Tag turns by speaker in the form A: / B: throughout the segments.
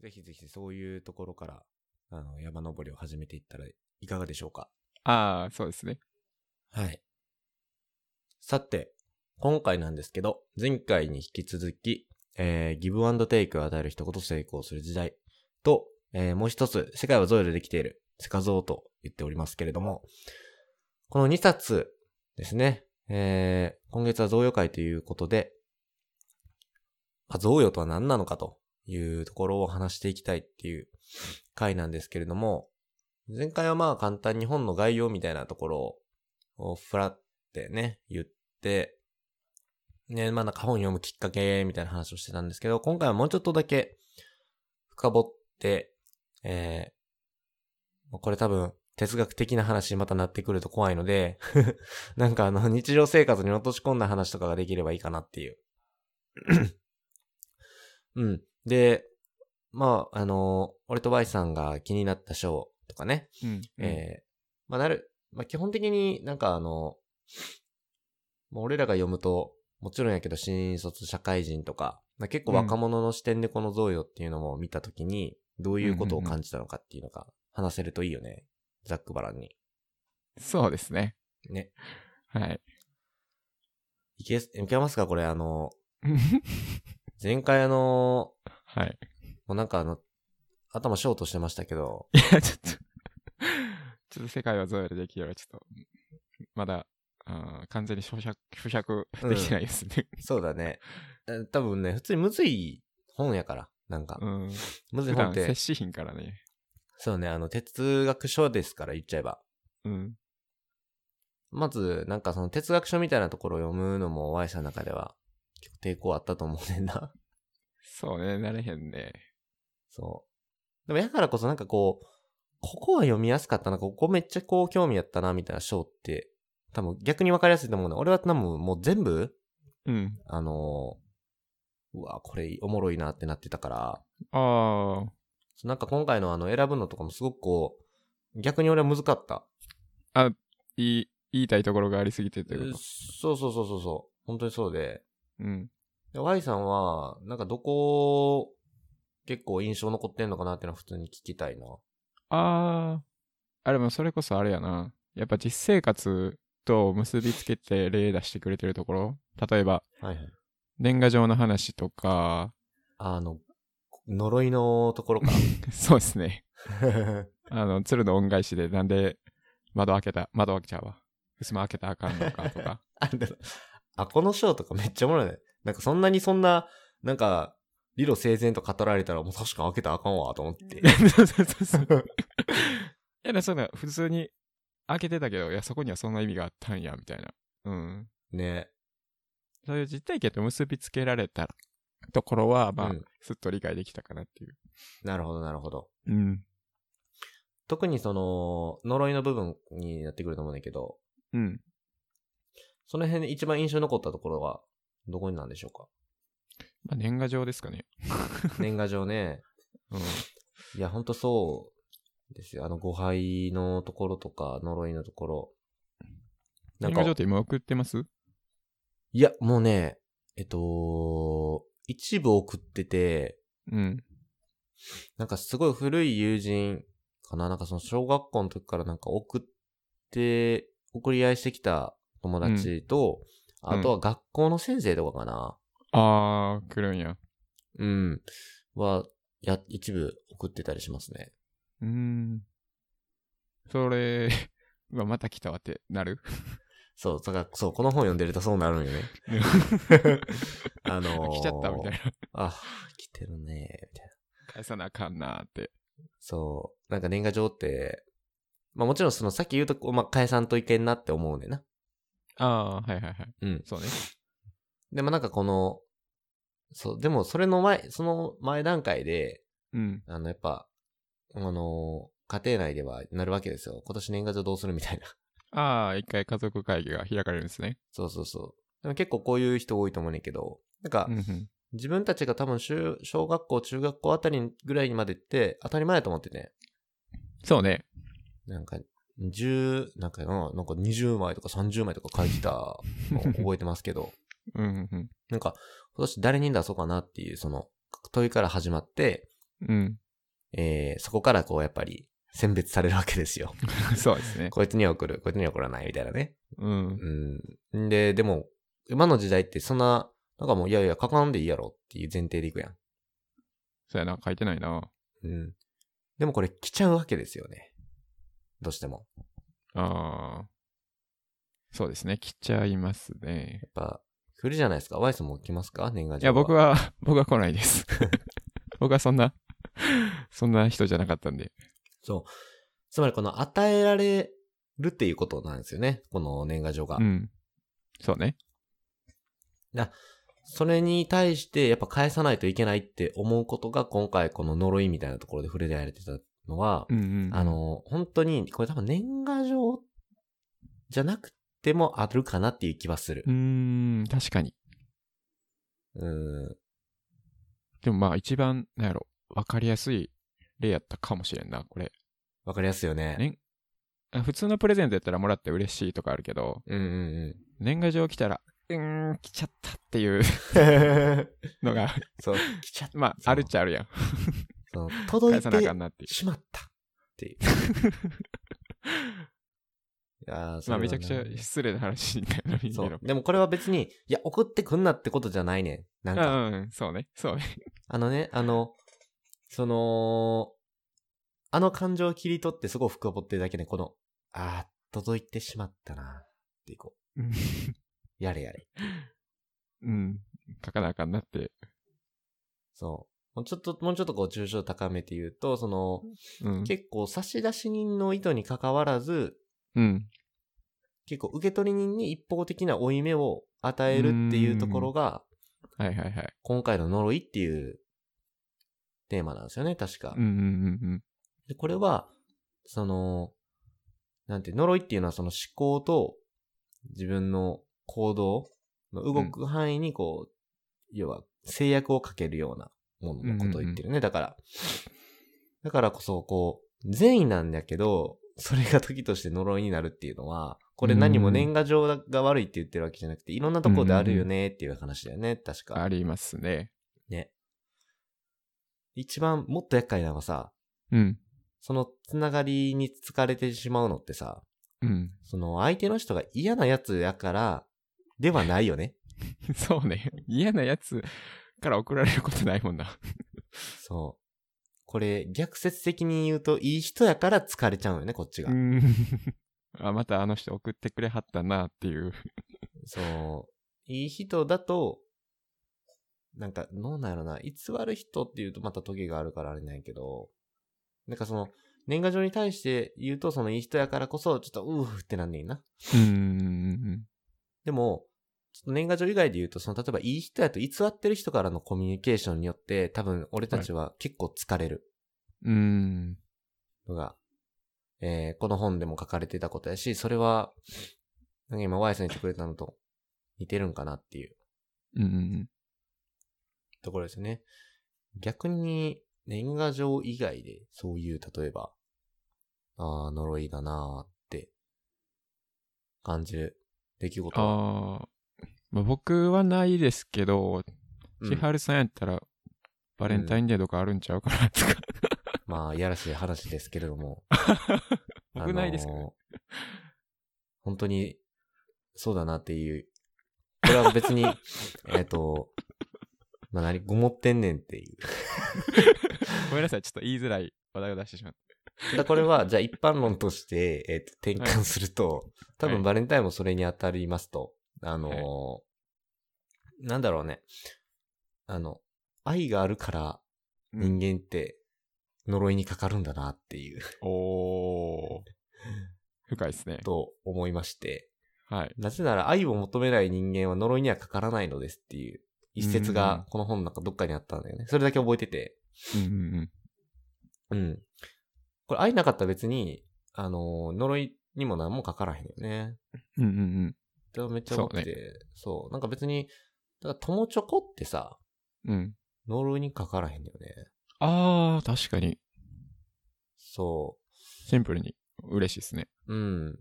A: ぜひぜひそういうところから、あの、山登りを始めていったらいかがでしょうか。
B: ああ、そうですね。
A: はい。さて、今回なんですけど、前回に引き続き、えー、ギブアンドテイクを与える一言成功する時代と、えー、もう一つ、世界はゾイでできている、セカゾウと言っておりますけれども、この2冊ですね、えー、今月は贈与会ということで、まあ、贈与とは何なのかというところを話していきたいっていう回なんですけれども、前回はまあ簡単に本の概要みたいなところををふらってね、言って、ね、まあなんか本読むきっかけみたいな話をしてたんですけど、今回はもうちょっとだけ深掘って、えー、これ多分哲学的な話にまたなってくると怖いので、 なんかあの日常生活に落とし込んだ話とかができればいいかなっていう。 うん。で、まあ、あの俺と Y さんが気になった章とかね、
B: うん。
A: えーまあ、なる、まあ、基本的になんかあの、まあ、俺らが読むと、もちろんやけど新卒社会人とか、まあ、結構若者の視点でこの贈与っていうのも見たときに、どういうことを感じたのかっていうのが話せるといいよね。ざっくばらんに。
B: そうですね。
A: ね。
B: はい。
A: いけ、いけますかこれあの、前回あの、
B: はい。
A: もうなんかあの、頭ショートしてましたけど、
B: いや、ちょっと、 ちょっと世界はゾエでできるよ。ちょっと、まだ、うん完全に咀嚼、咀嚼できてないですね。
A: そうだね。え多分ね、普通にむずい本やから、なんか
B: う。ん。
A: むずい
B: 普
A: 本
B: 段
A: って。
B: 接しひんからね。
A: そうね、あの、哲学書ですから言っちゃえば。
B: うん。
A: まず、なんかその哲学書みたいなところを読むのも Y さんの中では結構抵抗あったと思うねんな。
B: そうね、なれへんね。
A: そう。でもやからこそなんかこう、ここは読みやすかったな、ここめっちゃこう興味やったな、みたいな章って、多分逆にわかりやすいと思うね。俺は多分もう全部、
B: うん。
A: あのーうわ、これおもろいなってなってたから、
B: あ
A: そうなんか今回のあの選ぶのとかもすごくこう、逆に俺は難かった。
B: あ、いい、言いたいところがありすぎてということ。
A: そうそうそうそうそう。本当にそうで。
B: うん。
A: で Y さんは、なんかどこ、結構印象残ってんのかなってのは普通に聞きたいな。
B: ああ、あれもそれこそあれやな。やっぱ実生活と結びつけて例出してくれてるところ。例えば、
A: はいはい。
B: 年賀状の話と か、
A: あの、呪いのところか。
B: そうですね。
A: は
B: あの、鶴の恩返しでなんで窓開けた、窓開けちゃうわ。襖開けたらあかんのかとか。
A: あでもあ、このショーとかめっちゃおもろいね。なんかそんなにそんな、なんか、理路整然と語られたらもう確か開けたらあかんわと思って。
B: そうそうそうそう。 いや、そうだ、普通に開けてたけど、いや、そこにはそんな意味があったんや、みたいな。うん。
A: ね。
B: そういう実体験と結びつけられたところは、まあ、
A: うん
B: すっと理解できたかなっていう。
A: なるほど、なるほど。
B: うん。
A: 特にその、呪いの部分になってくると思うんだけど、
B: うん。
A: その辺で一番印象に残ったところは、どこになんでしょう
B: まあ、年賀状ですかね。
A: か 年賀状ね。
B: うん。
A: いや、ほんとそうですよ。あの、誤配のところとか、呪いのところ。なん
B: 年
A: か
B: 賀状、って今送ってます
A: いや、もうね、えっと、一部送ってて、
B: うん。
A: なんかすごい古い友人かななんかその小学校の時からなんか送って、送り合いしてきた友達と、
B: ん
A: あとは学校の先生とかかな
B: あー、来るんや。
A: うん。は、や、一部送ってたりしますね。
B: うーん。それ、 うわ、また来たわってな る
A: そう、だから、そう、この本読んでるとそうなるんよ ね。あのー
B: 来ちゃったみたいな。
A: あ、来てるね、みたいな。
B: 返さなあかんなーって。
A: そう。なんか年賀状って、まあもちろんそのさっき言うとこ、まあ返さんといけんなって思うねんな。
B: ああ、はいはいはい。
A: うん。
B: そうね。
A: でもなんかこの、そう、でもそれの前、その前段階で、
B: うん。
A: あのやっぱ、あの家庭内ではなるわけですよ。今年年賀状どうするみたいな。
B: ああ、一回家族会議が開かれるんですね。
A: そうそうそう。でも結構こういう人多いと思うねんけど、なんか、
B: うんうん。
A: 自分たちが多分小小学校、中学校あたりぐらいにまでって当たり前やと思ってね。
B: そう ね。
A: なんか、10、なんかな、なんか20枚とか30枚とか書いてたのを覚えてますけど、
B: うんうん
A: なんか、今年誰に出そうかなっていう、その、問いから始まって、
B: うん。
A: えーそこからこうやっぱり選別されるわけですよ。
B: そうですね。
A: こいつには送る、こいつには送らないみたいなね。
B: うん。
A: うん。で、でも、今の時代ってそんな、なんかもう、いやいや、書かんでいいやろっていう前提でいくやん。
B: そうやな、書いてないな。
A: うん。でもこれ来ちゃうわけですよね。どうしても。
B: ああ。そうですね、来ちゃいますね
A: や。っぱ、来るじゃないですか。ワイスも来ますか年賀状。
B: いや、僕。は、 僕は来ない です。僕はそんな、そんな人じゃなかったんで。
A: そう。つまりこの与えられるっていうことなんですよね。この年賀状が。
B: うん。そうね。
A: それに対してやっぱ返さないといけないって思うことが今回この呪いみたいなところで触れられてたのは、
B: うんうん。
A: あ、の、本当にこれ多分年賀状じゃなくてもあるかなっていう気はする
B: う。ーん、確かに。
A: うん。
B: でもまあ、一番、なんやろ、わかりやすい例やったかもしれんな、これ。
A: わかりやすいよね。
B: ねあ普通のプレゼントやったらもらって嬉しいとかあるけど、
A: うんう ん
B: 年賀状来たら、うーん、来ちゃったっていう
A: う ん。
B: のが、
A: そう、来ちゃった。
B: まあ、あるっちゃあるやん。
A: その届
B: 返
A: い
B: さなあか
A: て
B: んなっていう。
A: しまったっていう。 いやー
B: まあ、めちゃくち
A: そ
B: ゃ
A: れはね
B: 失礼な話になるみ
A: そ
B: たいうな。。
A: でもこれは別に、いや、送ってくんなってことじゃないねん。なん
B: う
A: か、
B: んうん、そうね、そうね。
A: あのね、あの、その、あの感情を切り取ってすごい深掘ってるだけで、この、あー、届いてしまったなってこ
B: うん
A: う。やれやれ。
B: うん、書かなあかんなって。
A: そう。もうちょっと、もうちょっとこう、抽象度高めて言うと、その、
B: うん。
A: 結構差出人の意図に関わらず、
B: うん。
A: 結構受け取り人に一方的な負い目を与えるっていうところが、
B: はいはいはい。
A: 今回の呪いっていうテーマなんですよね、確か。
B: うんうんうんうん。
A: で、これは、その、なんて、呪いっていうのはその思考と自分の行動の動く範囲にこう、要は制約をかけるようなもののことを言ってるね。だから、だからこそこう、善意なんだけど、それが時として呪いになるっていうのは、これ何も
B: うん
A: 年賀状が悪いって言ってるわけじゃなくて、いろんなところであるよねっていう話だよね、確か。
B: ありますね。
A: 一番もっと厄介なのはさ、
B: うん。
A: そのつながりに疲れてしまうのってさ、
B: うん。
A: その相手の人が嫌なやつやから、ではないよね。
B: そうね。嫌なやつから送られることないもんな。
A: そう。これ、逆説的に言うと、いい人やから疲れちゃうよね、こっちが。
B: うん。あ、またあの人送ってくれはったなっていう。
A: そう。いい人だと、なんか、どうなんやろな。偽る人っていうとまたトゲがあるからあれなんやけど、なんかその、年賀状に対して言うと、そのいい人やからこそ、ちょっと、うーってなんねんな。
B: うん。
A: でも、ちょっと年賀状以外で言うと、その、例えばいい人やと偽ってる人からのコミュニケーションによって、多分、俺たちは結構疲れる。
B: うん。
A: のが、えーこの本でも書かれてたことやし、それは、なんか今、Y さん言ってくれたのと似てるんかなっていう
B: うん。
A: ところですよね。逆に、年賀状以外で、そういう、例えば、ああ、呪いだなーって、感じる出来事は。
B: ああ。まあ、僕はないですけど、
A: うん
B: 千春さんやったら、バレンタインデーとかあるんちゃうかなとか。
A: まあ、いやらしい話ですけれど も。
B: 僕ないですけ
A: あ
B: ど。
A: のー本当に、そうだなっていう。これは別 に、えっと、まあ、何、ごもってんねんっていう。
B: ごめんなさい。ちょっと言いづらい話題を出してしまった。
A: ただこれは、じゃあ一般論として、えっ、と、転換すると、多
B: は
A: 分
B: い
A: バレンタインもそれに当たりますと、あのーなんだろうね。あの、愛があるから人間って呪いにかかるんだなっていう、
B: おー。深いですね。
A: と思いまして、
B: はい。
A: なぜなら愛を求めない人間は呪いにはかからないのですっていう一節がこの本の中どっかにあったんだよね。それだけ覚えてて。
B: うんうんうん。
A: うん。これ愛なかったら別に、あのー、呪いにも何もかからへんよね。
B: うんうんうん。
A: ってめっちゃ思ってて。そう,、なんか別に、だから友チョコってさ、
B: うん。
A: 呪いにかからへんだよね。
B: あー、確かに。
A: そ
B: シンプルに嬉しいですね。
A: う。うん。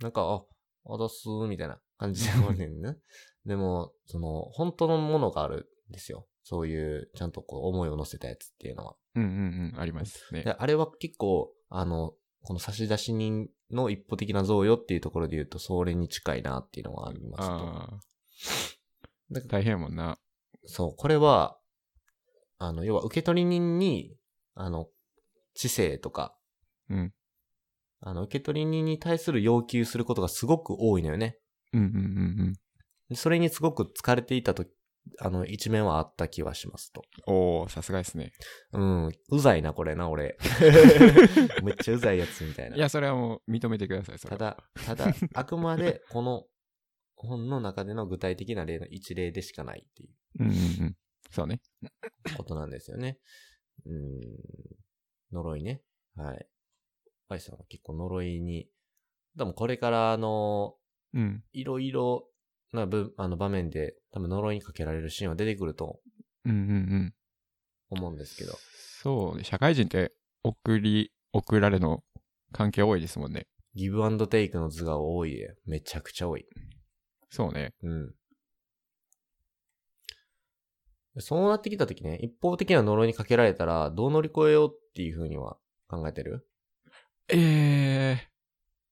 A: なんか、あ、 あだすーみたいな感じで思うねんね。でも、その、本当のものがあるですよ。そういう、ちゃんとこう思いを乗せたやつっていうのは。
B: うんうんうん、ありますね。
A: であれは結構、あの、この差出人の一歩的な贈与っていうところで言うと、それに近いなっていうのはありますと。
B: あ
A: だ
B: あ、大変やもんな。
A: そう、これは、あの、要は受取人に、あの、知性とか、
B: うん。
A: あの、受取人に対する要求することがすごく多いのよね。
B: うんうんうん
A: でそれにすごく疲れていたと、あの、一面はあった気はしますと。
B: うん。おー、さすがですね。
A: うん、うざいな、これな、俺。めっちゃうざいやつみたいな。
B: いや、それはもう認めてください、それ
A: た
B: は。
A: だ、ただ、あくまでこの本の中での具体的な例の一例でしかないってい
B: うんうんうん。そうね。
A: うことなんですよね。うーん、呪いね。はい。愛さんは結構呪いに、でもこれから、あの、
B: うん。
A: いろいろなぶあの場面で、多分呪いにかけられるシーンは出てくると
B: うんうんうん。
A: 思うんですけど。
B: そうね、社会人って送り、送られの関係多いですもんね。
A: ギブアンドテイクの図が多いで、めちゃくちゃ多い。
B: そうね。
A: うん。そうなってきたときね、一方的な呪いにかけられたら、どう乗り越えようっていうふうには考えてる
B: え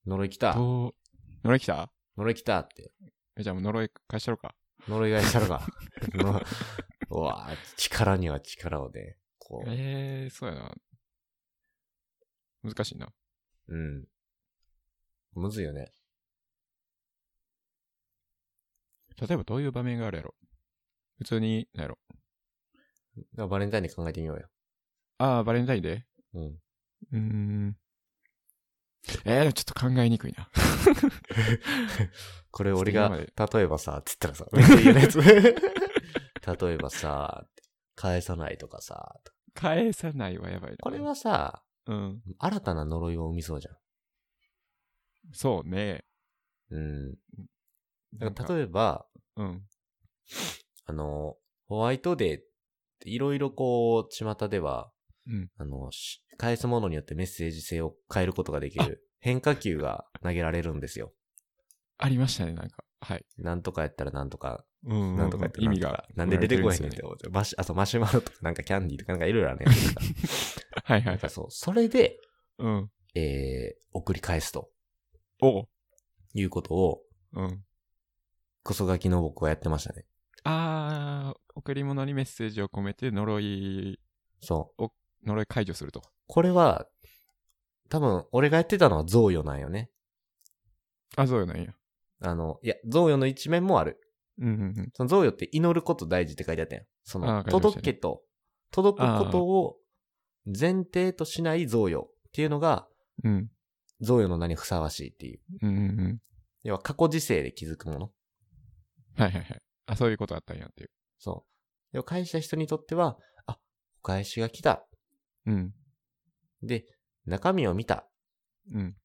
A: 呪い来
B: ー、
A: た
B: どう、呪い来た
A: 呪い来たって。
B: えじゃあもう呪い返しちゃろうか。
A: 呪い返したのか。 うわぁ、力には力をね、こ
B: えー、そうやな。難しいな。
A: う、うん。むずいよね。
B: 例えばどういう場面があるやろ普通に、なんやろ。
A: だからバレンタインで考えてみようよ。
B: ああ、バレンタインデー
A: うん。
B: うーん。えー、ちょっと考えにくいな。
A: これ俺
B: ちょ
A: が、
B: っと
A: 例えばさ、って言ったらさ、めっちゃ嫌なや つ。例えばさ、返さないとかさ、
B: 返さないはやばいな。
A: これはさ、
B: うん。
A: 新たな呪いを生みそうじゃん。
B: そうね。
A: うん。だ
B: なん
A: か
B: から
A: 例えば、
B: うん。
A: あの、ホワイトデーっていろいろこう、巷では、
B: うん
A: あの、し返すものによってメッセージ性を変えることができる変化球が投げられるんですよ。
B: ありましたね、なんか。はい。
A: なんとかやったらなんとか、
B: うんうんうん
A: なんとかやったら
B: 意
A: なん
B: 味
A: と
B: が
A: か。。なんで出てこへんねんっ
B: よね
A: て思っちゃうマシ、あ、そう、マシュマロとかなんかキャンディーとかなんかいろいろあるやん
B: はいは
A: なん
B: い
A: か。そう、それで、
B: うん。
A: えー、送り返すと
B: お
A: いうことを、
B: うん。
A: クソガキの僕はやってましたね。
B: あー、贈り物にメッセージを込めて呪い、
A: そう。
B: 呪い解除すると。
A: これは、多分、俺がやってたのは贈与なんよね。
B: あ、そうよなんや。
A: あの、いや、贈与の一面もある。
B: うんうん
A: その贈与って祈ること大事って書いてあったやん。そ
B: あー
A: の、
B: 書いてました
A: 届
B: ね
A: けと、届くことを前提としない贈与っていうのが、
B: うん。うん。
A: 贈与の名にふさわしいっていう。
B: うんうんうん。
A: 要は過去時世で気づくもの。
B: はいはいはい。あ、そういうことあったんやっていう。
A: そう。要は返した人にとっては、あ、お返しが来た。
B: うん。
A: で、中身を見た。
B: うん。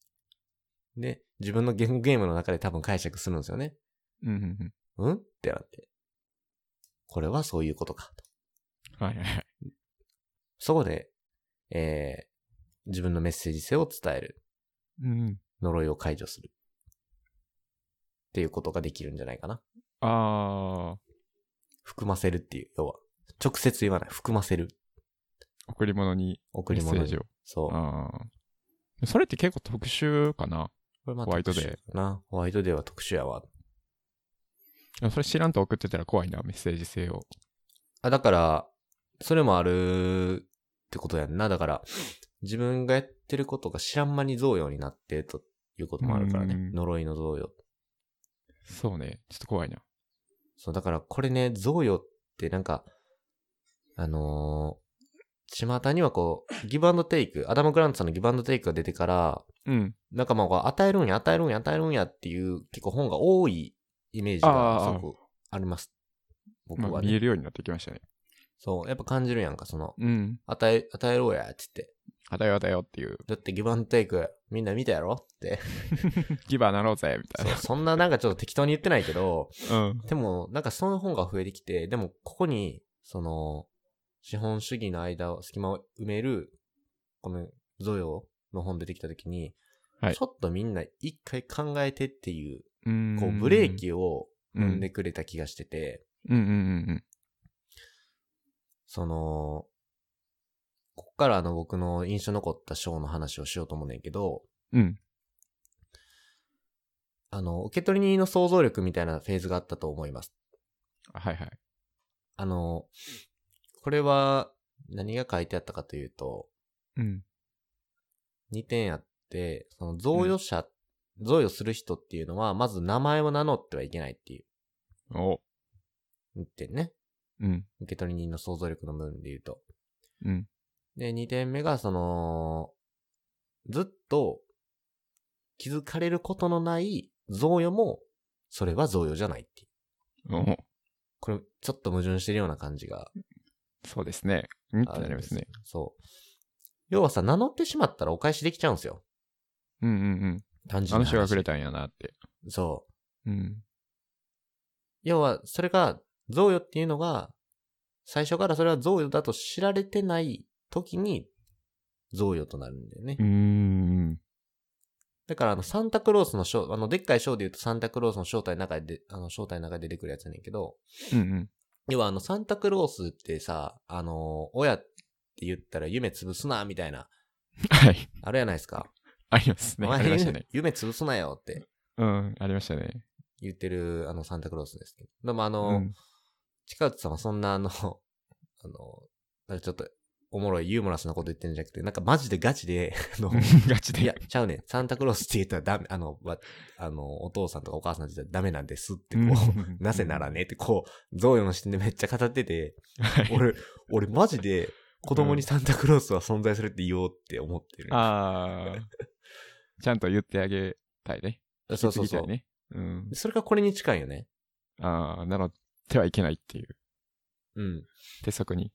A: で、自分の言語ゲームの中で多分解釈するんですよね。
B: うんうんうん。
A: うんってなって。これはそういうことか。
B: はいはいはい。
A: そこで、えー、自分のメッセージ性を伝える。
B: うんうん。
A: 呪いを解除する。っていうことができるんじゃないかな。
B: あー、
A: 含ませるっていう、要は。直接言わない。含ませる。
B: 贈り物に
A: 贈
B: メッ
A: り
B: セ
A: 物
B: ー
A: に
B: ジ。を。
A: そう。こ
B: あー。それって結構特殊かな。
A: れまあ
B: ホワイトデー
A: 特殊だな。ホワイトデーは特殊やわ。
B: でもそれ知らんと送ってたら怖いな、メッセージ性を。
A: あ、だから、それもあるってことやんな。だから、自分がやってることが知らん間に贈与になってということもあるからね。
B: うん
A: 呪いの贈与。
B: そうね。ちょっと怖いな。
A: そう、だからこれね、贈与ってなんか、あのー、巷にはこう、ギブアンドテイク、アダム・グラントさんのギブアンドテイクが出てから、
B: うん。
A: なんかまあこう、与えるんや、与えるんや、与えるんやっていう結構本が多いイメージが
B: あー
A: すごくあります。僕
B: まあ、
A: は
B: 見え
A: ね。
B: るようになってきましたね。
A: そう、やっぱ感じるやんか、その、
B: うん。
A: 与え、与えろや、つって。
B: あたよあたよっていう。
A: だってギブアンドテイク、みんな見たやろって。
B: ギバーなろうぜ、みたい
A: そ うそんななんかちょっと適当に言ってないけど、
B: な。 うん。
A: でも、なんかその本が増えてきて、でもここに、その、資本主義の間を、隙間を埋める、この、ゾヨの本出てきたときに、
B: はい
A: ちょっとみんな一回考えてっていう、
B: うん
A: こう、ブレーキを
B: う
A: 踏ん
B: ん
A: でくれた気がしてて、
B: うんうんうんうん。
A: その、こっからあの僕の印象に残った章の話をしようと思うねんけど、
B: うん。
A: あの、受け取り人の想像力みたいなフェーズがあったと思います。
B: あはいはい。
A: あの、これは何が書いてあったかというと、
B: うん。
A: 2点あって、その贈与者、贈与する人っていうのは、まず名前を名乗ってはいけないっていう
B: お。
A: 1点ね。
B: うん。
A: 受け取り人の想像力の部分で言うと。
B: うん。
A: で、2点目が、その、ずっと気づかれることのない贈与も、それは贈与じゃないっていう。
B: お。
A: これ、ちょっと矛盾してるような感じが
B: そうですね。うんって
A: あ
B: な
A: る
B: り
A: ん
B: ま
A: です
B: す
A: よ
B: ね。。
A: そう。要はさ、名乗ってしまったらお返しできちゃうんですよ。
B: うんうんうん。
A: 単純
B: あ
A: に
B: の
A: 話。
B: 人がくれたんやなって。
A: そう。
B: うん。
A: 要は、それが、贈与っていうのが、最初からそれは贈与だと知られてない時に、贈与となるんだよね。
B: うーん。
A: だから、あの、サンタクロースの正、あの、でっかいショーで言うとサンタクロースの正体の中で、あの、正体の中で出てくるやつやねんけど、
B: うんうん。
A: 要はあの、サンタクロースってさ、あの、親って言ったら夢潰すな、みたいな、
B: はい。
A: あるやないですか。
B: ありますね。
A: お前
B: ありましたね。
A: 夢潰すなよって
B: うん。ありましたね。
A: 言ってる、あの、サンタクロースですけど。でもあ
B: う
A: の、
B: ん。
A: 近内さんはそんなあの、 あの、なんかちょっと、おもろいユーモラスなこと言ってるんじゃなくて、なんかマジでガチで、あの、
B: ガチで。
A: いや、ちゃうねん。サンタクロースって言ったらダメ、あの、わあの、お父さんとかお母さんって言ったらダメなんですって、こう、
B: うん
A: なぜなら。ねってこう、贈与の視点でめっちゃ語ってて、
B: はい
A: 俺、俺マジで子供にサンタクロースは存在するって言おうって思ってる。
B: ああ。 ちゃんと言ってあげたいね。
A: そうそうそ。
B: 言ってあげたいうね。うん。
A: それがこれに近いよね。
B: ああ、なのではいけないっていう
A: うん。
B: 鉄則に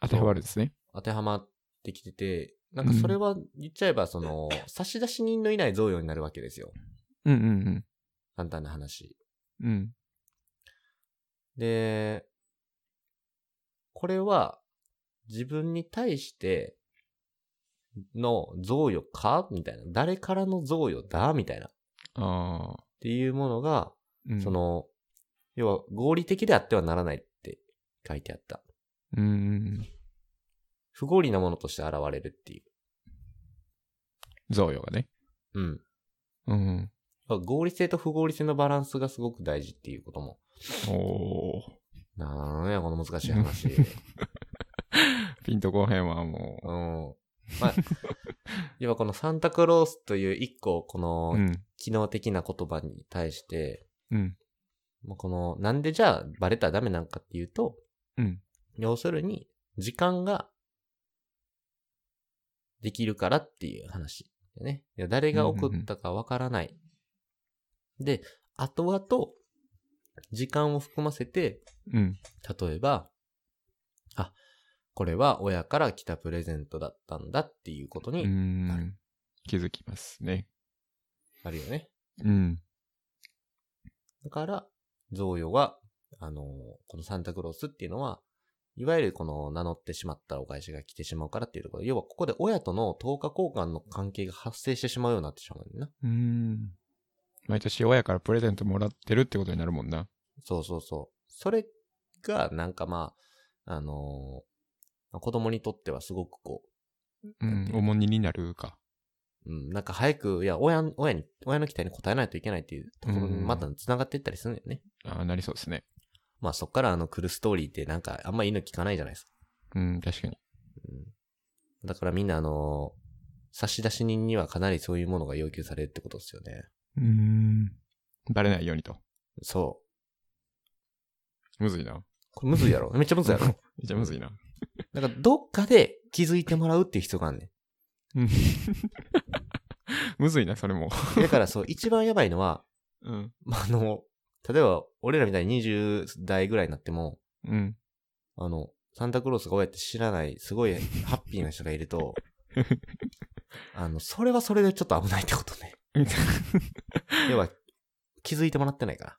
B: 当てはまるんですね。
A: 当てはまってきてて、なんかそれは言っちゃえば、その、差出人のいない贈与になるわけですよ。
B: うんうん
A: 簡単な話。
B: うん。うん。
A: で、これは自分に対しての贈与かみたいな。誰からの贈与だみたいな。っ
B: ああ。
A: ていうものが、
B: うん
A: そ、の、要は合理的であってはならないって書いてあった。
B: うんうんうん。
A: 不合理なものとして現れるってい
B: 贈与がね。
A: う。うん。
B: うん。
A: 合理性と不合理性のバランスがすごく大事っていうことも。
B: おお。
A: なんや、この難しい話。
B: ピンとこうへんはも
A: うん。まあ、 要はこのサンタクロースという一個、こ
B: う。
A: の
B: うん。
A: 機能的な言葉に対して、
B: うん。
A: まあこの、なんでじゃあバレたらダメなんかっていうと、
B: うん
A: 要するに、時間が、できるからっていう話。ね。いや誰が送ったかわからない。で、後々、時間を含ませて、
B: うん。
A: 例えば、あ、これは親から来たプレゼントだったんだっていうこと
B: う
A: に
B: ん。気づきますね。
A: なるよね。
B: うん。
A: だから、贈与は、あのーこのサンタクロースっていうのは、いわゆるこの名乗ってしまったらお返しが来てしまうからっていうところで、要はここで親との等価交換の関係が発生してしまうようになってしまうんだよな。
B: うん。毎年親からプレゼントもらってるってことになるもんな。
A: そうそうそう。それが、なんかまあ、あのーまあ子供にとってはすごくこ
B: うん。重荷になるか。
A: う、うん、なんか早く、いや、親、親に、親の期待に応えないといけないっていうところに
B: うん
A: また繋がっていったりするんだよね。
B: ああ、なりそうですね。
A: まあそっからあの、来るストーリーってなんかあんまいいの聞かないじゃないですか。
B: うん、確かに。
A: うんだからみんなあの、差出人にはかなりそういうものが要求されるってことですよね。
B: うん。バレないようにと。
A: そ
B: むずいな。
A: う。これむずいやろめっちゃむずいやろ
B: じゃあむずいな。
A: だからどっかで気づいてもらうっていう必要があんね
B: うん。 むずいな、それも。
A: ん。だからそう、 一番やばいのは、
B: うん。
A: まあ、あの、例えば俺らみたいに20代ぐらいになっても、
B: うん。
A: あの、サンタクロースが親って知らない、すごいハッピーな人がいると、あの、それはそれでちょっと危ないってことね。要は、気づいてもらってないから。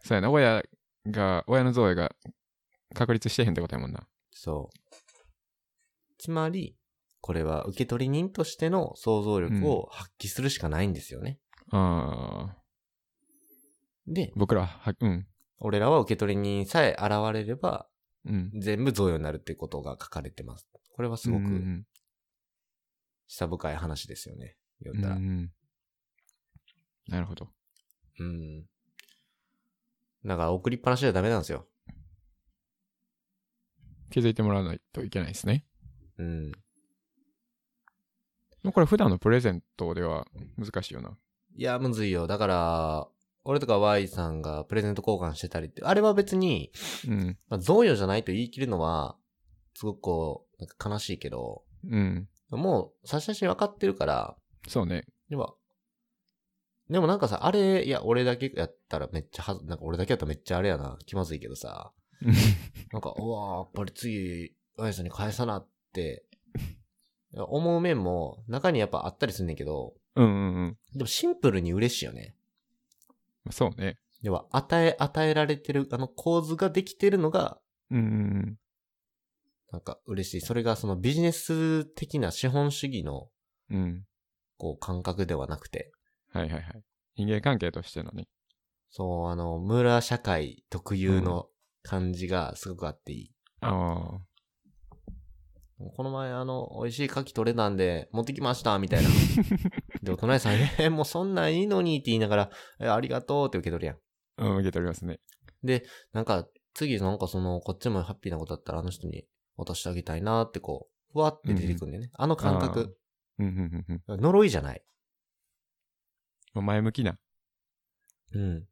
B: そうやな、親が、親の贈与が確立してへんってことやもんな。
A: そう。つまり、これは受け取り人としての想像力を発揮するしかないんですよね。
B: ああ、
A: で、
B: 僕らは、はうん。
A: 俺らは受け取り人さえ現れれば、
B: うん。
A: 全部贈与になるってことが書かれてます。これはすご
B: うんう
A: く
B: ん
A: 下深い話ですよね。言
B: うん
A: ったら。
B: うんうんなるほど。
A: うん。だから送りっぱなしじゃダメなんですよ。
B: 気づいてもらわないといけないですね。
A: うん。
B: もうこれ普段のプレゼントでは難しいよな。
A: いや、むずいよ。だから、俺とか Y さんがプレゼント交換してたりって、あれは別に、
B: うん。
A: まあ、贈与じゃないと言い切るのは、すごくこう、なんか悲しいけど、
B: うん。
A: もう差し出し分かってるから、
B: そうね。
A: では、でもなんかさ、あれ、いや、俺だけやったらめっちゃはず、なんか俺だけやったらめっちゃあれやな、気まずいけどさ、なんか、うわーやっぱり次、Y さんに返さなって、いや思う面も、中にやっぱあったりすんねんけど、
B: うんうんうん。
A: でもシンプルに嬉しいよね。
B: そうね。
A: 要は、与え、与えられてる、あの構図ができてるのが、
B: うんうん
A: なんか嬉しい。それがそのビジネス的な資本主義の、
B: うん。うん。
A: こう、感覚ではなくて、
B: はいはいはい。人間関係としてのね。
A: そう、あの、村社会特有の感じがすごくあっていい。
B: ああ。
A: この前、あの、美味しい牡蠣取れたんで、持ってきました、みたいな。で、お隣さん、えーもうそんなんいいのにって言いながら、えーありがとうって受け取るやん。
B: うん、受け取りますね。
A: なんか、次、なんかその、こっちもハッピーなことだったら、あの人に渡してあげたいなって、こう、ふわって出てくんだよね。あの感覚、
B: うんうんうんうん
A: 呪いじゃない。
B: まあ。前向きな。
A: うん。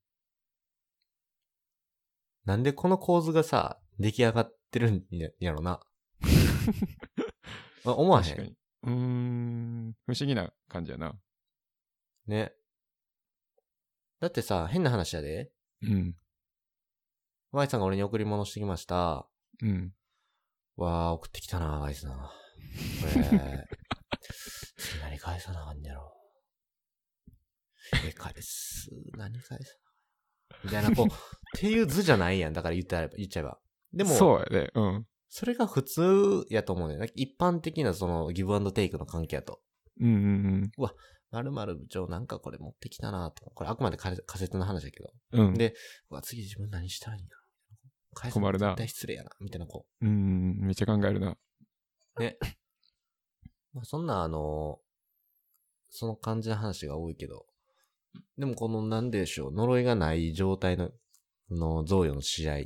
A: なんでこの構図がさ、出来上がってるんややろ な。あ思わへ
B: 確か
A: ん。
B: に。うーん。不思議な感じやな。
A: ね。だってさ、変な話やで。
B: うん。
A: Y さんが俺に贈り物してきました。
B: うん。
A: わー、送ってきたな、Y さん。これ、 次何返さなあかんねやろ。え、返す。何返す。みたいな、こう、っていう図じゃないやん。だから言ってあれば、言っちゃえば。で
B: で
A: も、
B: そうやで。うん。
A: それが普通やと思うね。なんか一般的なそのギブアンドテイクの関係やと。
B: うんうん
A: まるまる部長なんかこれ持ってきたなと。これあくまで仮仮説の話だけど。
B: うん。うん。
A: でうわ、次自分何したいんやろ。返すの
B: 困るな
A: 絶対失礼やな。みたいなこ
B: うんうん。めっちゃ考える な。
A: う。まあそんなあの、その感じの話が多いけど。でもこのなんでしょう、呪いがない状態の、の贈与の試合。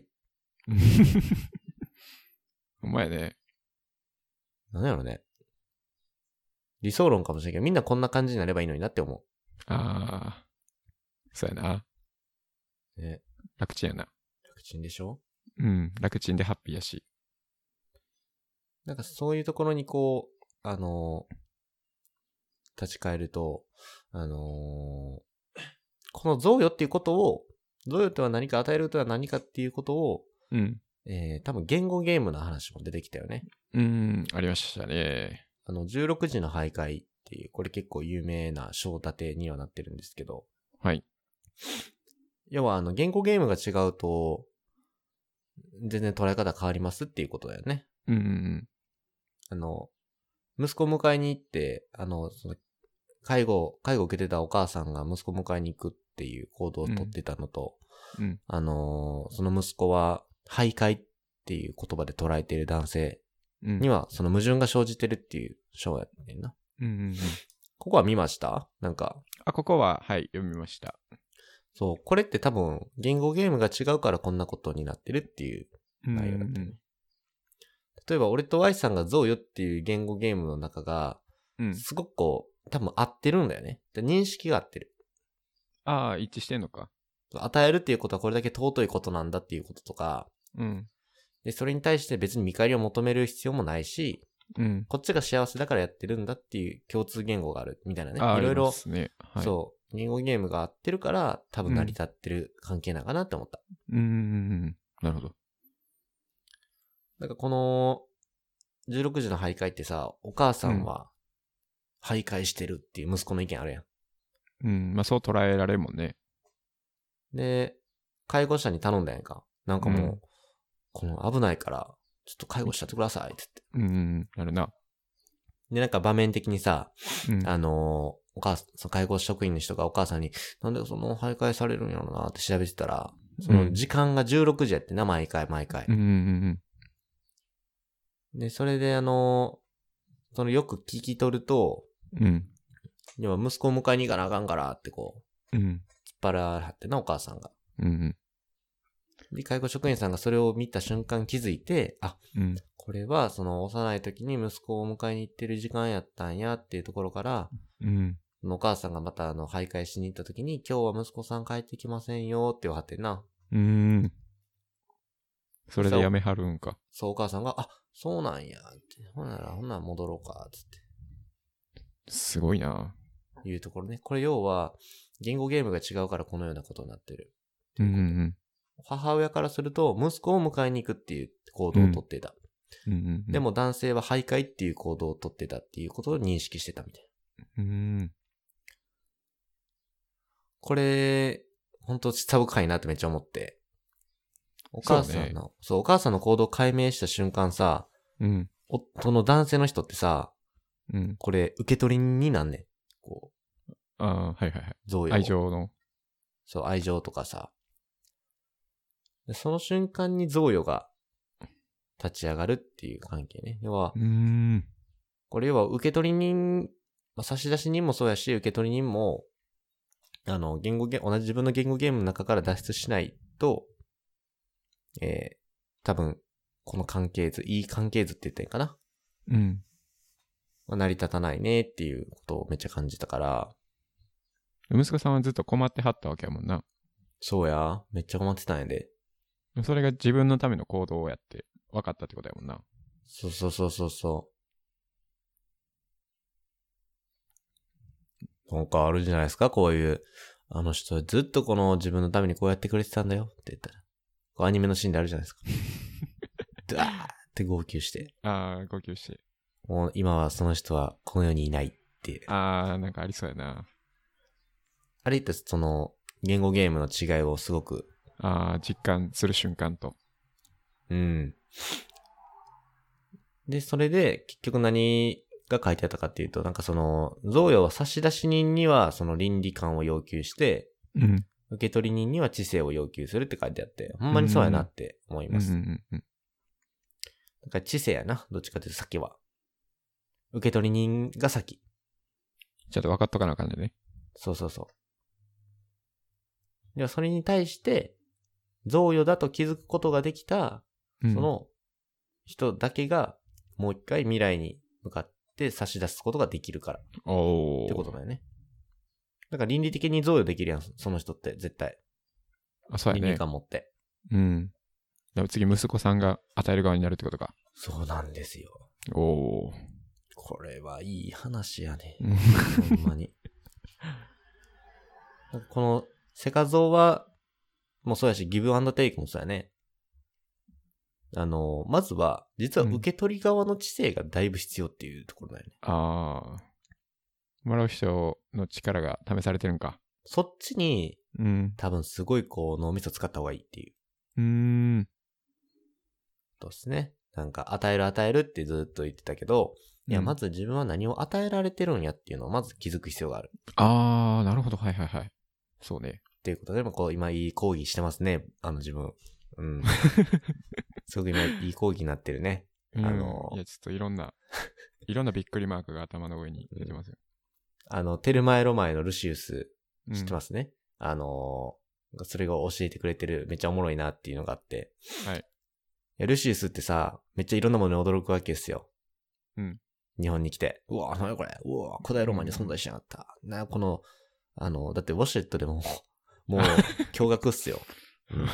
B: お前ね。
A: なんやろね。理想論かもしれんけど、みんなこんな感じになればいいのになって思
B: ああ。そうやな。
A: う。ね。
B: 楽ちんやな。
A: 楽ちんでしょ
B: うん。楽ちんでハッピーやし。
A: なんかそういうところにこう、あのー立ち返ると、あのーこの贈与っていうことを、贈与とは何か与えるとは何かっていうことを、
B: うん。
A: えー、多分言語ゲームの話も出てきたよね。
B: うん。ありましたね。
A: あの、16時の徘徊っていう、これ結構有名な章立てにはなってるんですけど、
B: はい。
A: 要はあの、言語ゲームが違うと、全然捉え方変わりますっていうことだよね。
B: うんうん
A: あの、息子を迎えに行って、あの、その、介護、介護を受けてたお母さんが息子を迎えに行くっていう行動をとってたのと、
B: うん。うん。
A: あのー、その息子は、徘徊っていう言葉で捉えている男性
B: うん
A: には、その矛盾が生じてるっていう章やってんな。
B: うんうんうん。
A: ここは見ましたなんか、
B: あ、ここは、はい、読みました。
A: そう、これって多分、言語ゲームが違うからこんなことになってるっていう
B: うん
A: 内容だったね。例えば、俺と Y さんがゾウよっていう言語ゲームの中が、
B: うん。
A: すごくこう、多分合ってるんだよね。で認識が合ってる。
B: ああ、一致してんのか。
A: 与えるっていうことはこれだけ尊いことなんだっていうこととか、
B: うん。
A: で、それに対して別に見返りを求める必要もないし、
B: うん。
A: こっちが幸せだからやってるんだっていう共通言語があるみたいなね。
B: ああ
A: いろいろ、
B: ありますね。はい。
A: そう、言語ゲームが合ってるから、多分成り立ってる関係なのかなって思った。
B: う。うんうんうん。なるほど。
A: なんかこの、16時の徘徊ってさ、お母さんは、徘徊してるっていう息子の意見あるやん。
B: うん。まあ、そう捉えられるもんね。
A: で、介護者に頼んだやんか。なんかもう、
B: うん
A: この危ないから、ちょっと介護しちゃってくださいって言って。
B: うんうんうん。なるな。
A: で、なんか場面的にさ、
B: うん。
A: あのーお母さん、その介護職員の人がお母さんに、なんでその徘徊されるんやろなって調べてたら、その時間が16時やってな、毎回毎回
B: う。んうんうんうん。
A: で、それであの、そのよく聞き取ると、
B: うん。
A: 要は息子を迎えに行かなあかんからってこう、
B: うん。
A: 突っ張らはってな、お母さんが。
B: うん。
A: で、介護職員さんがそれを見た瞬間気づいて、あ、
B: うん。
A: これはその幼い時に息子を迎えに行ってる時間やったんやっていうところから、
B: うん。
A: そのお母さんがまたあの、徘徊しに行った時に、今日は息子さん帰ってきませんよって言わはってんな。
B: うん。それでやめはるんか。
A: そうお母さんが、あ、そうなんやって、ほんなら、ほんなら戻ろうか、つって。
B: すごいな。
A: いうところね。これ要は、言語ゲームが違うからこのようなことになってる。
B: うんうん
A: 母親からすると、息子を迎えに行くっていう行動をとっていた。
B: うん。うんうんうん、
A: で、も男性は徘徊っていう行動をとってたっていうことを認識してたみたいな。
B: うん。
A: これ、本当下深いなってめっちゃ思って。お母さんの、そう,、お母さんの行動を解明した瞬間さ、
B: うん。
A: 夫の男性の人ってさ、
B: うん。
A: これ受け取りになんねん。こ
B: ああー、はいはいは
A: う、贈
B: い。
A: 与を
B: 愛情の。
A: そう、愛情とかさ。でその瞬間に贈与が立ち上がるっていう関係ね。要は
B: う、ん。
A: これ要は受け取り人、まあ、差出人もそうやし、受け取り人も、あの、言語ゲーム、同じ自分の言語ゲームの中から脱出しないと、えー、多分、この関係図、いい関係図って言ってんかな、
B: うん。
A: まあ成り立たないねっていうことをめっちゃ感じたから、
B: 息子さんはずっと困ってはったわけやもんな。
A: そうや、めっちゃ困ってたんやで。
B: それが自分のための行動をやって分かったってことやもんな。
A: そうそうそうそうそう。なんかあるじゃないですか、こういう。あの人、ずっとこの自分のためにこうやってくれてたんだよって言ったら。こうアニメのシーンであるじゃないですか。ドワーって号泣して。
B: ああ、号泣して。
A: もう今はその人はこの世にいないって。あ
B: ああ、なんかありそうやな。
A: れってその、言語ゲームの違いをすごく、
B: ああ、実感する瞬間と。
A: うん。で、それで、結局何が書いてあったかっていうと、なんかその、贈与は差出人にはその倫理観を要求して、
B: うん。
A: 受け取り人には知性を要求するって書いてあって、ほんまにそうやなって思い
B: うんう
A: ます。
B: んうん。
A: だから知性やな、どっちかというと先は。受け取り人が先。
B: ちょっと分かっとかなあかんねね。
A: そうそうそう。では、それに対して、贈与だと気づくことができた、
B: うん
A: そ、の人だけが、もう一回未来に向かって差し出すことができるから。
B: おお。
A: ってことだよね。だから倫理的に贈与できるやん、その人って、絶対。
B: あ、そうや
A: 倫理
B: ね。
A: 観持って。
B: うん。でも次、息子さんが与える側になるってことか。
A: そうなんですよ。
B: おお。
A: これはいい話やね。
B: うん
A: ほんまに。この、セカゾウは、もうそうやし、ギブアンドテイクもそうやね。あの、まずは、実は
B: うん
A: 受け取り側の知性がだいぶ必要っていうところだよね。
B: ああ。もらう人の力が試されてるんか。
A: そっちに、
B: うん。
A: 多分すごいこう、脳みそ使った方がいいっていう
B: うーん。
A: ことですね。なんか、与える与えるってずっと言ってたけど、いや、
B: うん
A: まず自分は何を与えられてるんやっていうのをまず気づく必要がある。
B: ああ、なるほど。はいはいはい。そうね。
A: っていうことで、まあこう、今いい講義してますね。あの、自分。 うん。すごく今いい講義になってるね。
B: うん
A: あの
B: いや、ちょっといろん な、いろんなびっくりマークが頭の上に出てますよ。。
A: あの、テルマエロマエのルシウス、知ってますすね。あのーそれが教えてくれてる、めっちゃおもろいなっていうのがあって。
B: はい
A: やルシウスってさ、めっちゃいろんなものに驚くわけですよ。
B: うん。
A: 日本に来て、うわ、なにこれ、うわ、古代ロマンに存在しなかった。な、この、あの、だってウォシュレットで も、もう、驚愕っすよ。うん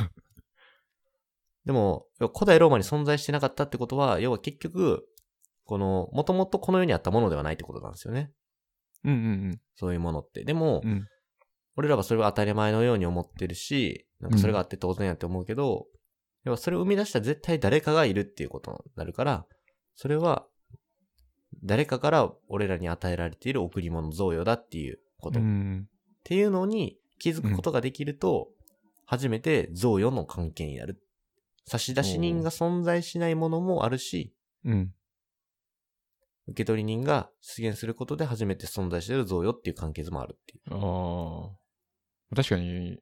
A: でも、要は古代ローマに存在してなかったってことは、要は結局、この、もともとこの世にあったものではないってことなんですよね。
B: うんうん
A: そういうものって。でも、
B: うん。うん。
A: 俺らはそれは当たり前のように思ってるし、なんかそれがあって当然やって思うけど、要はそれを生み出した絶対誰かがいるっていうことになるから、それは、誰かから俺らに与えられている贈り物贈与だっていうこと。
B: う
A: っ
B: ん。
A: ていうのに気づくことができると、初めて贈与の関係になる。差出人が存在しないものもあるし、
B: うん。
A: 受け取り人が出現することで初めて存在している贈与っていう関係図もあるっていう。
B: ああ。確かに、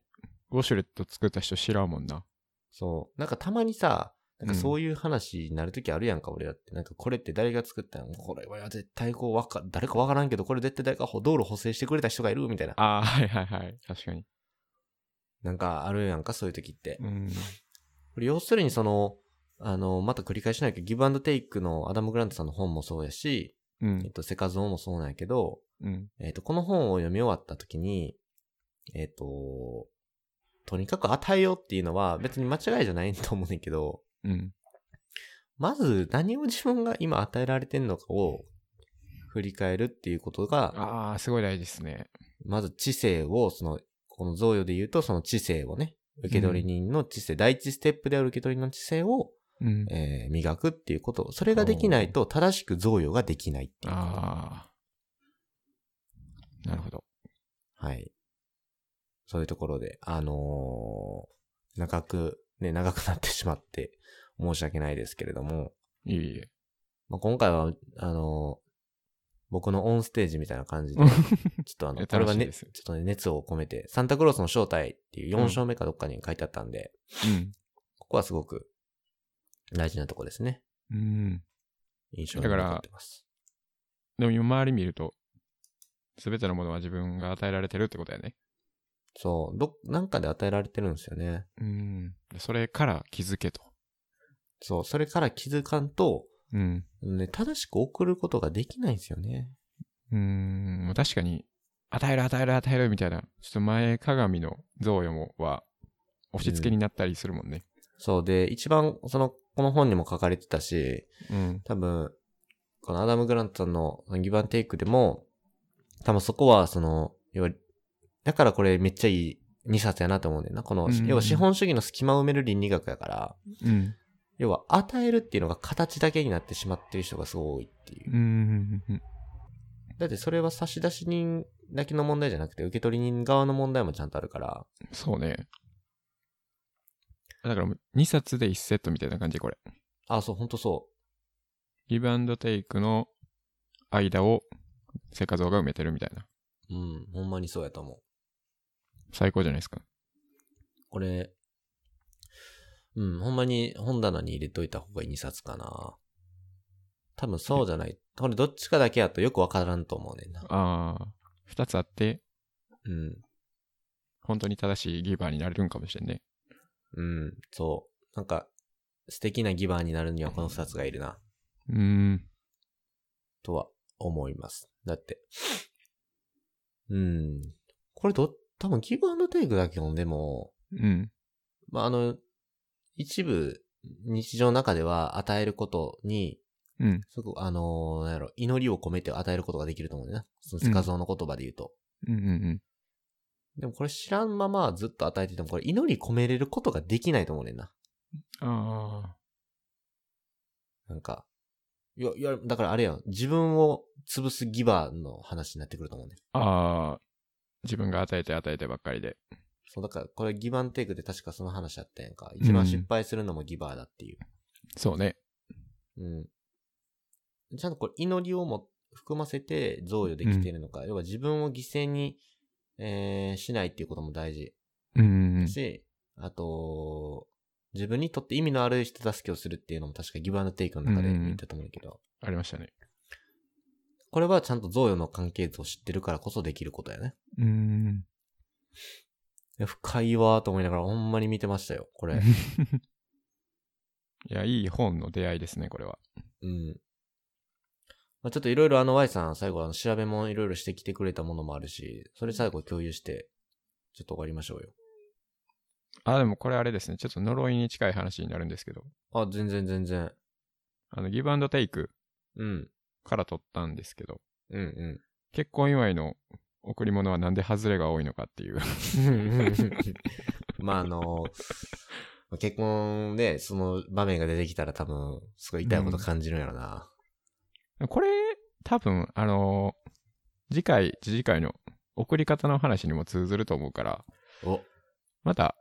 B: ウォシュレット作った人知らんもんな。
A: そう。なんかたまにさ、なんかそういう話になるときあるやんか、俺だって。なんかこれって誰が作ったのこれは絶対こうわか、誰かわからんけど、これ絶対誰かほ道路補正してくれた人がいるみたいな。
B: ああ、はいはいはい。確かに。
A: なんかあるやんか、そういう時って。
B: うん。
A: これ要するにその、あの、また繰り返しないけど、ギブアンドテイクのアダム・グラントさんの本もそうやし、
B: う
A: えっ
B: ん。
A: と、セカゾーもそうなんやけど、
B: うん。
A: えっと、この本を読み終わった時に、えっと、とにかく与えようっていうのは別に間違いじゃないと思うねんけど、
B: うん。
A: まず何を自分が今与えられてるのかを振り返るっていうことが、
B: ああ、すごい大事ですね。
A: まず知性を、その、この贈与で言うとその知性をね、受取人の知性、第一ステップである受取人の知性を、
B: うん。
A: えー磨くっていうこと。それができないと正しく贈与ができないっていうか。
B: ああ。なるほど。
A: はい。そういうところで、あのー長く、ね、長くなってしまって申し訳ないですけれども、
B: いえいえ。
A: まあ、今回は、あのー僕のオンステージみたいな感じで、ちょっとあ
B: い
A: の、
B: や
A: これは
B: 楽しい
A: ね、
B: で
A: ち
B: す
A: ょっとね、熱を込めて、サンタクロースの正体っていう
B: う
A: 4
B: ん
A: 章目かどっかに書いてあったんで、ここはすごく大事なとこですね。
B: うん。うん。
A: 印象に残ってます。
B: でも今周り見ると、すべてのものは自分が与えられてるってことやね。
A: そう、ど、なんかで与えられてるんですよね。
B: うん。それから気づけと。
A: そう、それから気づかんと、
B: うん。
A: ね、正しく送ることができないんですよね。
B: うん。確かに、与える与える与えるみたいな、ちょっと前鏡の贈与もは、押し付けになったりするもんね。
A: そうで、一番、その、この本にも書かれてたし、
B: うん。
A: 多分、このアダム・グラントさんのギブアンドテイクでも、多分そこは、その、要は、だからこれめっちゃいい2冊やなと思うねんだよな。この、
B: うんうん
A: 要は資本主義の隙間を埋める倫理学やから、
B: うん。
A: 要は与えるっていうのが形だけになってしまってる人がすごい多いっていう
B: う。ん。
A: だってそれは差出人だけの問題じゃなくて、受け取り人側の問題もちゃんとあるから、
B: そうね。だからもう2冊で1セットみたいな感じ、これ。
A: あ、そう、ほんとそう。
B: ギブアンドテイクの間を、セカゾウが埋めてるみたいな。
A: うん、ほんまにそうやと思う。
B: 最高じゃないですか。
A: これ、うん、ほんまに本棚に入れといた方がいい2冊かな。多分そうじゃない。これどっちかだけやとよくわからんと思うねんな。
B: ああ、2つあって、
A: うん、
B: 本当に正しいギバーになれるんかもしれんね。
A: うん、そう。なんか、素敵なギバーになるにはこの2つがいるな、
B: うーん。
A: とは思います。だって。うん。これど、多分ギブアンドテイクだけ読んでも、
B: うん。
A: まあ、あの、一部、日常の中では与えることに、
B: うん。
A: すごく、あのーなんやろ、祈りを込めて与えることができると思うんだよな。そのスカゾーの言葉で言うと。
B: うんうん
A: でもこれ知らんままずっと与えてても、これ祈り込めれることができないと思うねんな。
B: うん。ああ。
A: なんか。いや、いや、だからあれやん。自分を潰すギバーの話になってくると思うね。
B: ああ。自分が与えて与えてばっかりで。
A: そう、だからこれギバンテイクで確かその話あったやんか。一番失敗するのもギバーだっていう。
B: そうね。
A: うん。ちゃんとこれ祈りをも含ませて贈与できているのか。要は自分を犠牲に、えーしないっていうことも大事。
B: うんうんうん。
A: し、あと、自分にとって意味のある人助けをするっていうのも確かギブアンドテイクの中で
B: うんうん
A: 言ったと思うんだけど、
B: ありましたね。
A: これはちゃんと贈与の関係図を知ってるからこそできることやね。
B: うーん。
A: いや深いわーと思いながらほんまに見てましたよ、これ。
B: いや、いい本の出会いですね、これは。
A: うん。まあ、ちょっといろいろあの Y さん最後あの調べもいろいろしてきてくれたものもあるし、それ最後共有して、ちょっと終わりましょうよ。
B: あ、でもこれあれですね。ちょっと呪いに近い話になるんですけど。
A: あ、全然全然。
B: あの、ギブアンドテイク
A: うん。
B: から取ったんですけど、
A: うんうん。
B: 結婚祝いの贈り物はなんで外れが多いのかっていう。
A: まああの、結婚でその場面が出てきたら多分、すごい痛いこと感じるんやろな。
B: これ、多分、あのー次回、次々回の送り方の話にも通ずると思うから、また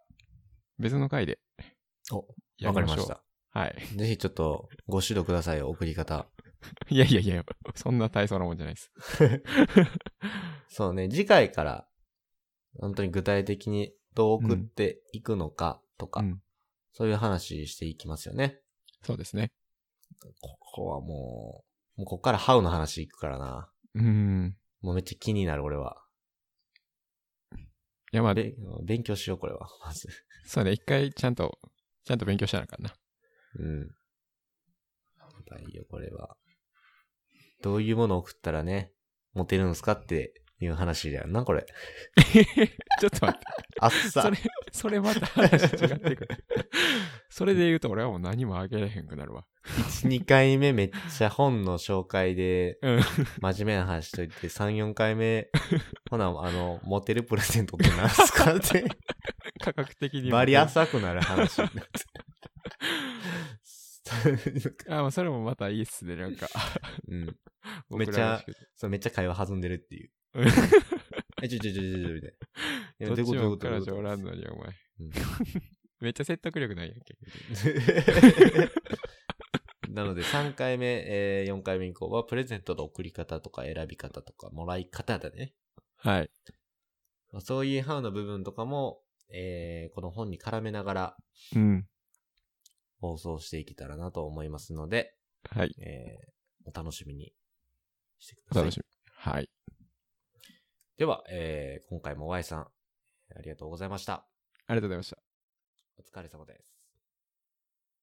B: 別の回で
A: お、お、
B: や
A: わ
B: り
A: かり
B: まし
A: まし
B: ょう。
A: た。
B: はい。
A: ぜひちょっとご指導くださいよ、送り方。
B: いやいやいや、そんな大層なもんじゃないです。
A: そうね、次回から、本当に具体的にどう送っていくのかとか、
B: うん
A: そういう話していきますよね。
B: そうですね。
A: ここはもう、もうこっからハウの話行くからな。
B: うん。
A: もうめっちゃ気になる、俺は。
B: いや、まあ、
A: べ勉強しよう、これは。まず。
B: そうね、一回ちゃんと、ちゃんと勉強しなあ かんな。
A: うん。やばいよ、これは。どういうものを送ったらね、モテるんすかっていう話だよな、これ。
B: ちょっと待って。
A: あっさ
B: そ。れ、それまた話違ってくる。 それで言うと俺はもう何もあげれへんくなるわ。
A: 1、2回目めっちゃ本の紹介で
B: うん。
A: 真面目な話しといて、3、4回目、ほな、あの、モテるプレゼントって何すか って、
B: 価格的にも。
A: バリ浅くなる話になって。
B: あ、まあ、それもまたいいっすね、なん か。
A: うん。
B: 僕ら
A: めっちゃ
B: らしくて
A: そう、めっちゃ会話弾んでるっていう
B: うん。
A: え、ちょちょちょちょちょ、みたいな。いや
B: どっちも彼
A: どう
B: 女お
A: いう
B: らんのに、お前。
A: うん
B: めっちゃ説得力ないやんけ。
A: なので3回目、えー4回目以降はプレゼントの送り方とか選び方とかもらい方だね。
B: はい。
A: まあそういうハウの部分とかも、えーこの本に絡めながら
B: うん。
A: 放送していけたらなと思いますので、
B: はい。
A: えーお楽しみにしてくだ
B: お
A: さ
B: 楽
A: い
B: し。み。はい。
A: では、えー今回も Y さん、ありがとうございました。
B: ありがとうございました。
A: お疲れ様です。